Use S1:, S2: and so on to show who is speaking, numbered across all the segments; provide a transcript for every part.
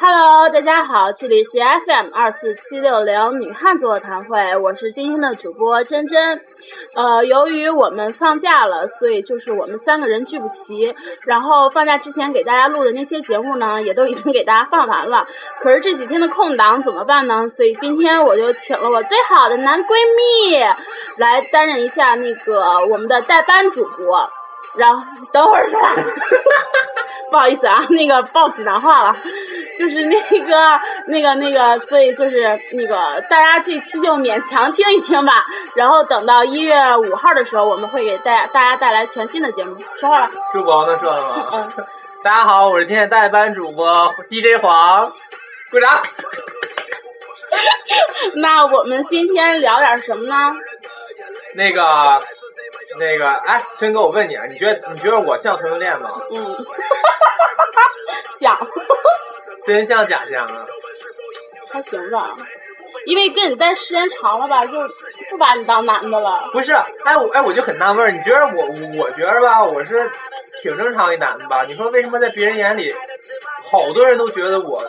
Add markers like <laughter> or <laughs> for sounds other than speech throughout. S1: Hello，大家好，这里是 FM 二四七六零女汉子座谈会，我是今天的主播珍珍。呃，由于我们放假了，所以就是我们三个人聚不齐。然后放假之前给大家录的那些节目呢，也都已经给大家放完了。可是这几天的空档怎么办呢？所以今天我就请了我最好的男闺蜜来担任一下那个我们的代班主播。然后等会儿说， <laughs> 不好意思啊，那个报济南话了，就是那个那个那个，所以就是那个大家这期就勉强听一听吧。然后等到一月五号的时候，我们会给大大家带来全新的节目。说话了，
S2: 猪宝能说了 <laughs> 吗？
S1: 嗯，
S2: 大家好，我是今天的代班主播 DJ 黄，鼓掌。
S1: 那我们今天聊点什么呢？
S2: 那个，那个，哎，真哥，我问你啊，你觉得你觉得我像同性恋吗？
S1: 嗯， <laughs> 想
S2: 真像假像啊？
S1: 还行吧，因为跟你待时间长了吧，就不把你当男的了。
S2: 不是，哎我哎我就很纳闷儿，你觉得我我我觉得吧，我是挺正常一男的吧？你说为什么在别人眼里，好多人都觉得我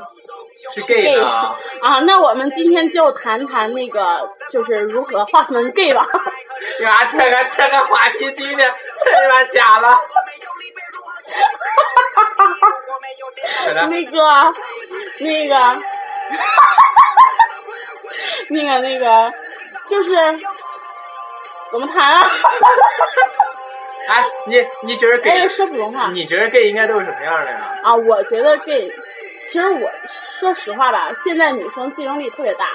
S2: 是 gay 呢？
S1: 啊，那我们今天就谈谈那个，就是如何划分 gay 吧。
S2: 呀，这个这个话题今天太他妈假 <laughs> 了。来来
S1: 那个，那个， <laughs> 那个，那个，就是怎么谈啊？
S2: 哎，你你觉得
S1: 哎，
S2: gay，
S1: 说普通话
S2: 你觉得 gay 应该都是什么样的呀？
S1: <laughs> 啊，我觉得 gay，其实我说实话吧，现在女生竞争力特别大，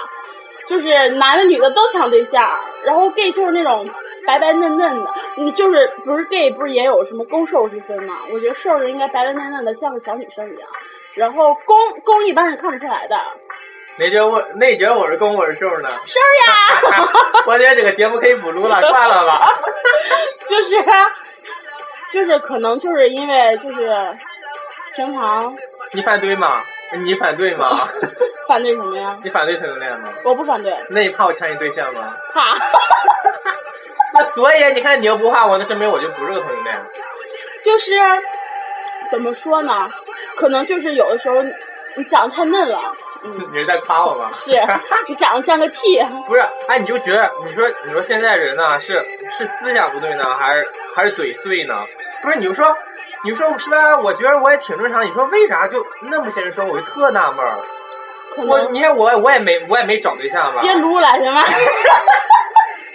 S1: 就是男的女的都抢对象，然后 gay 就是那种白白嫩嫩的，你就是不是 gay 不是也有什么攻受之分吗？我觉得瘦的应该白白嫩嫩的，像个小女生一样，然后攻攻一般是看不出来的。
S2: 那觉得我那觉得我是公我是受呢？
S1: 瘦呀！
S2: <laughs> 我觉得这个节目可以补录了，挂了吧。
S1: 就是就是可能就是因为就是平常
S2: 你反对吗？你反对吗？ <laughs>
S1: 反对什么呀？
S2: 你反对同性恋吗？
S1: 我不反对，
S2: 那你怕我抢你对象吗？
S1: 怕。
S2: 那所以你看你又不怕我，那证明我就不是个同性恋。
S1: <laughs> 就是怎么说呢？可能就是有的时候你长得太嫩了，嗯，
S2: <laughs> 你是在夸我吗？ <laughs>
S1: 是你长得像个 T，
S2: 不是，哎，你就觉得你说你说现在人呢、是是思想不对呢，还是还是嘴碎呢？不是，你就说你就说是吧？我觉得我也挺正常。你说为啥就那么些人说我就特纳闷儿？
S1: 可
S2: 我
S1: 能
S2: 你看我我也没嗯我也没找对象吧？
S1: 别撸了行吗？
S2: <laughs>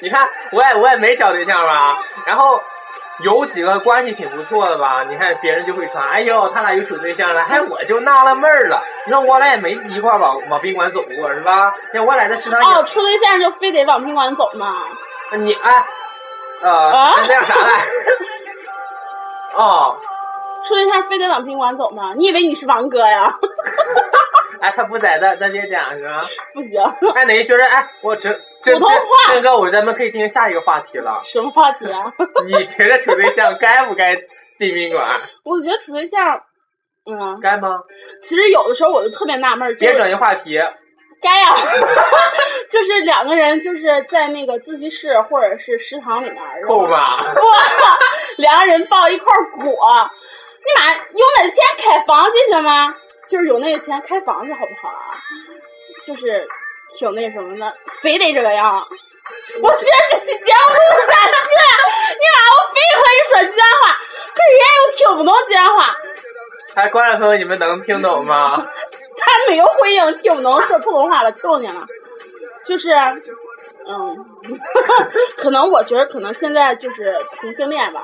S2: 你看，我也我也没找对象吧，然后有几个关系挺不错的吧，你看别人就会传，哎呦，他俩又处对象了，哎，我就纳了闷儿了。你说我俩也没一块儿往往宾馆走过是吧？那我俩在食堂
S1: 哦，
S2: 也，
S1: 处对象就非得往宾馆走嘛？
S2: 你哎，呃
S1: 啊，
S2: 那叫啥来？哦，
S1: 处对象非得往宾馆走嘛？你以为你是王哥呀？ <laughs>
S2: 哎，他不在，咱咱别讲是吧？
S1: 不行，
S2: 哎，哪一学生？哎，我真真
S1: 普
S2: 真
S1: 通话
S2: 真哥，我咱们可以进行下一个话题了。
S1: 什么话题啊？
S2: 你觉得处对象该不该进宾馆？
S1: 我觉得处对象，嗯，
S2: 该吗？
S1: 其实有的时候我就特别纳闷儿，就
S2: 别
S1: 是
S2: 转移话题。
S1: 该呀、 <laughs> 就是两个人就是在那个自习室或者是食堂里面，然后
S2: 扣吧，
S1: 哇，两个人抱一块儿裹，你妈有那钱开房去行吗？就是有那个钱开房去好不好啊？就是挺那什么的，非得这个样。我觉得这期节目录不下去了，你妈我非可以说吉安话，可是人家又听不懂吉安话，
S2: 哎，观众朋友，你们能听懂吗？
S1: 他没有回应，听不懂说普通话了，求你了。就是，嗯， <laughs> 可能我觉得可能现在就是同性恋吧，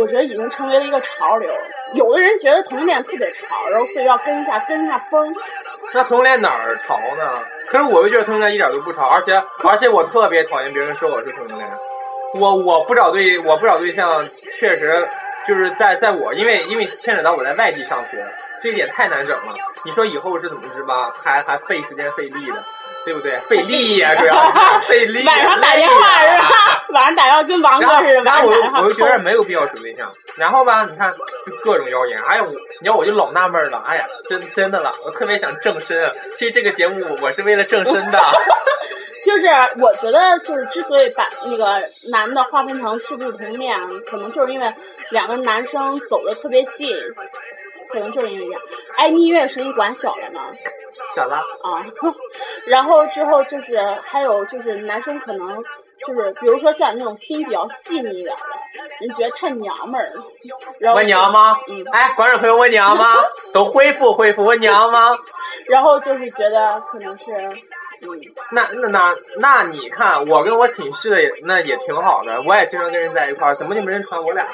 S1: 我觉得已经成为了一个潮流。有的人觉得同性恋特别潮，然后所以要跟一下跟一下风。
S2: <laughs> 那同性恋哪儿潮呢？可是我又觉得同性恋一点都不潮，而且而且我特别讨厌别人说我是同性恋。我我不找对我不找对象，确实就是在在我因为因为牵扯到我在外地上学，这一点太难整了。你说以后是怎么治吧？还还费时间费力的，对不对？费力呀、主
S1: <laughs>
S2: 要是费力。
S1: 晚上打电话是吧？晚上打电话跟王
S2: 然后
S1: 哥似的，，
S2: 然
S1: 晚上
S2: 后
S1: 打
S2: 我又
S1: 电话
S2: 我又觉得
S1: 抠
S2: 没有必要处对象。然后吧，你看，就各种谣言。哎呀，我你知道，我就老纳闷儿了。哎呀，真真的了，我特别想正身。啊其实这个节目我是为了正身的。 <laughs>
S1: 就是我觉得，就是之所以把那个男的啊划分成是不是同性恋，可能就是因为两个男生走的特别近，可能就是因为这样。哎，蜜月谁管小了呢？
S2: 小了，
S1: 啊，然后之后就是还有就是男生可能就是比如说像那种心比较细腻一点的，人觉得太娘们儿了，然后
S2: 我娘吗
S1: 嗯？
S2: 哎，管水葵我娘吗？都恢复恢复我娘吗？
S1: 然后就是觉得可能是嗯
S2: 那那那那你看，我跟我寝室的也那也挺好的，我也经常跟人在一块儿，怎么就没人传我俩呢？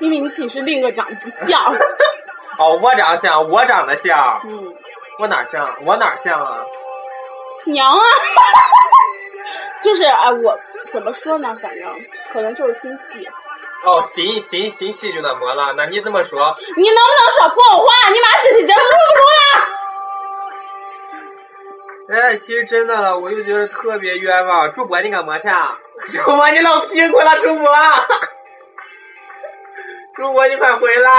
S1: 因为你寝室另一个长得不像， <laughs>
S2: 哦，我长得像，我长得像，
S1: 嗯，
S2: 我哪像？我哪像啊？
S1: 娘啊， <laughs> 就是哎我怎么说呢，反正可能就是心细。
S2: 哦，行行行，戏剧的魔了。那你这么说，
S1: 你能不能少破我话？你妈这期节目录不录啊？
S2: 哎，其实真的了，我就觉得特别冤枉。主播，你干嘛去？啊？ <laughs> 主播，你老屁股了，主播！主播，你快回来！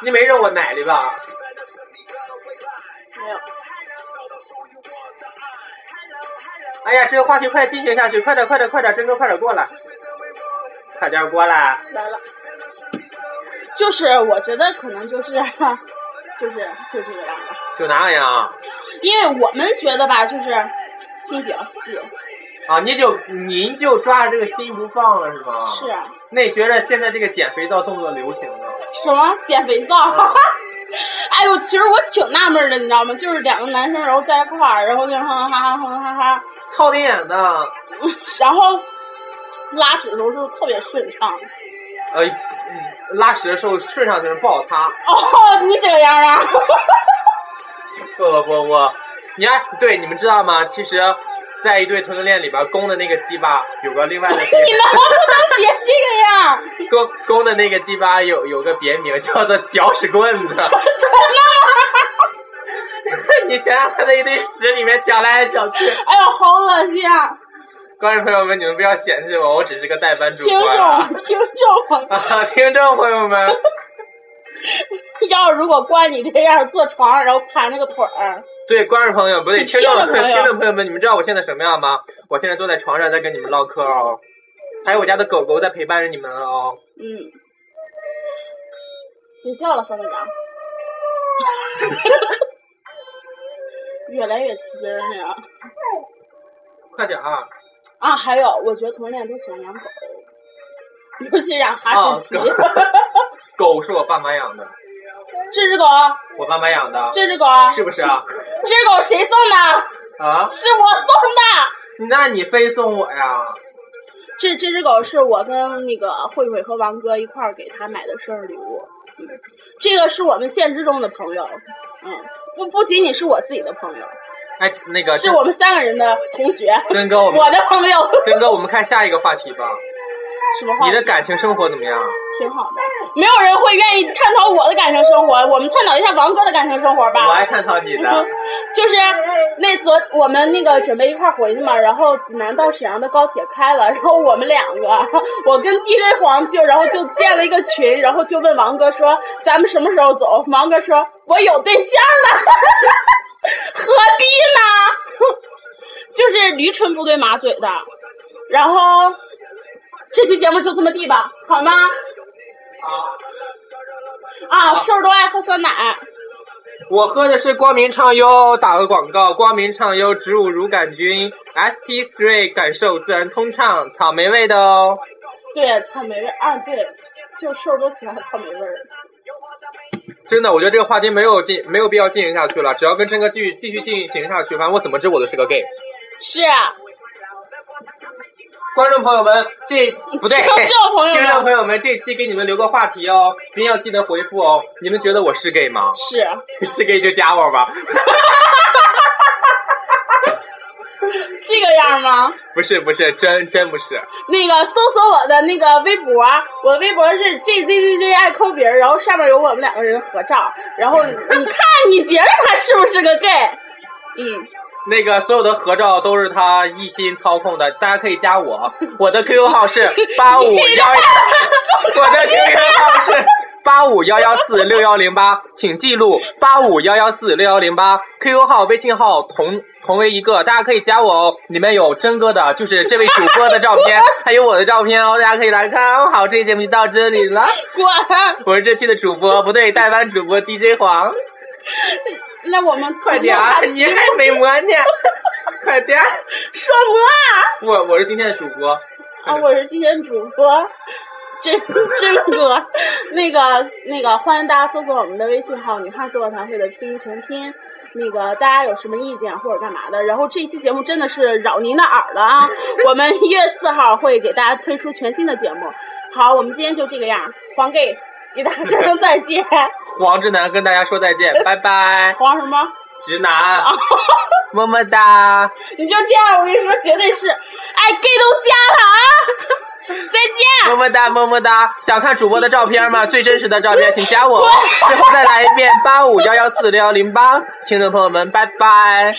S2: 你没扔我奶里吧？
S1: 没有，
S2: 哎呀，这个话题快进行下去，快点，快点，快点，真哥，快点过来，快点过来！
S1: 来了。就是我觉得可能就是，就是就这个样了。
S2: 就那样
S1: 因为我们觉得吧，就是心比较细，
S2: 啊？你就您就抓着这个心不放了是吗？
S1: 是。啊，
S2: 那你觉得现在这个减肥皂动作流行吗？
S1: 什么减肥皂？ <laughs>
S2: 啊
S1: 哎呦，其实我挺纳闷的，你知道吗？就是两个男生然后在一块儿，然后就哼哼哈哈哼哼哈哈，
S2: 操你眼呃的！
S1: <laughs> 然后拉屎的时候就特别顺畅。哦
S2: 呃，拉屎的时候顺上去是不好擦。
S1: 哦，你这样啊？ <laughs>
S2: 不不不不，你看，对，你们知道吗？其实，在一对同性恋里边，公的那个鸡巴有个另外的
S1: <laughs> 你能不能别这个样？
S2: 别，公公的那个鸡巴有有个别名叫做搅屎棍子。
S1: <laughs>
S2: <laughs>
S1: 真的吗？
S2: 你想想，他在一堆屎里面搅来搅去。
S1: <laughs> 哎呦，好恶心啊！
S2: 观众朋友们，你们不要嫌弃我，我只是个代班主
S1: 听
S2: 播啊。
S1: 众， <laughs> 听众，
S2: 啊， <laughs> 听众朋友们，
S1: 要是如果关你这样坐床上，然后盘着个腿儿，
S2: 对观众朋友不对，听众
S1: 听众朋友
S2: 听众朋友们，你们知道我现在什么样吗？我现在坐在床上在跟你们唠嗑哦，还有我家的狗狗在陪伴着你们哦。
S1: 嗯，别叫了，冯队长。 <laughs> 越来越气人了
S2: 快点啊！
S1: 啊！还有，我觉得同性恋都喜欢养狗，尤其养哈士奇。
S2: 哦狗是我爸妈养的，
S1: 这只狗，
S2: 我爸妈养的，
S1: 这只狗，
S2: 是不是啊？
S1: 这只狗谁送的？
S2: 啊？
S1: 是我送的。
S2: 那你非送我呀？
S1: 这这只狗是我跟那个慧慧和王哥一块儿给他买的生日礼物。嗯，这个是我们现实中的朋友，嗯，不不仅仅是我自己的朋友，
S2: 哎，那个
S1: 是我们三个人的同学，
S2: 真哥，我们
S1: 我的朋友。
S2: 真哥，我们看下一个话题吧。
S1: 什么话？
S2: 你的感情生活怎么样？
S1: 挺好的，没有人会愿意探讨我的感情生活。我们探讨一下王哥的感情生活
S2: 我
S1: 吧。
S2: 还探讨你的。
S1: <laughs>
S2: 啊
S1: 就是那昨我们那个准备一块儿回去嘛，然后济南到沈阳的高铁开了，然后我们两个，我跟 DJ 黄就然后就建了一个群，然后就问王哥说咱们什么时候走？王哥说我有对象了， <laughs> 何必呢？ <laughs> 就是驴唇不对马嘴的。然后这期节目就这么地吧，好吗？
S2: 啊，
S1: 啊，瘦儿都爱喝酸奶，
S2: 我喝的是光明畅优，打个广告，光明畅优植物乳杆菌 ST3，感受自然通畅，草莓味的哦。
S1: 对，草莓味儿啊，对，就瘦儿都喜欢草莓味儿。
S2: 真的，我觉得这个话题没有进，没有必要进行下去了。只要跟真哥继续继续进行下去，反正我怎么知我都是个 gay。
S1: 是啊。
S2: 观众朋友们，
S1: <laughs>
S2: 这不对，
S1: 听众朋友们
S2: 听众朋友们，这期给你们留个话题哦，一定要记得回复哦。你们觉得我是 gay 吗？ <laughs>
S1: 是，
S2: 是 gay 就加我吧， <laughs>
S1: 这个样吗？
S2: 不是不是，真真不是。
S1: 那个搜索我的那个微博，我的微博是 J Z Z Z 爱抠鼻儿，然后上面有我们两个人合照，然
S2: <laughs>
S1: 后你看你觉得他是不是个 gay？嗯，
S2: 那个所有的合照都是他一心操控的，大家可以加啊我，我的 QQ 号是八五幺，我的 QQ 号是八五幺幺四六幺零八，请记录八五幺幺四六幺零八，QQ 号、微信号同同为一个，大家可以加我哦。里面有真哥的，就是这位主播的照片，还有我的照片哦，大家可以来看哦。好，这期节目就到这里了，
S1: 滚！
S2: 我是这期的主播，不对，代班主播 DJ 黄，
S1: 那我们
S2: 快点啊儿，你还没磨呢，快点儿，
S1: 说不
S2: 我我是今天的主播，
S1: 啊！啊，我是今天主播。 <laughs> 真真哥，那个那个，欢迎大家搜索我们的微信号“女汉子座谈会”的拼音全拼。那个大家有什么意见或者干嘛的？然后这一期节目真的是扰您的耳了啊！我们一月四号会给大家推出全新的节目。好，我们今天就这个样，黄 gay 给大家说声 <laughs> 再见。
S2: 黄直男跟大家说再见，拜拜，
S1: 黄什么？啊
S2: 直男，么么哒。
S1: <laughs> 你就这样，我跟你说，绝对是，哎，gay 都加了啊！ <laughs> 再见。
S2: 么么哒，么么哒！想看主播的照片吗？最真实的照片，请加我。哦最后再来一遍八五幺幺四六幺零八，听众朋友们，拜拜。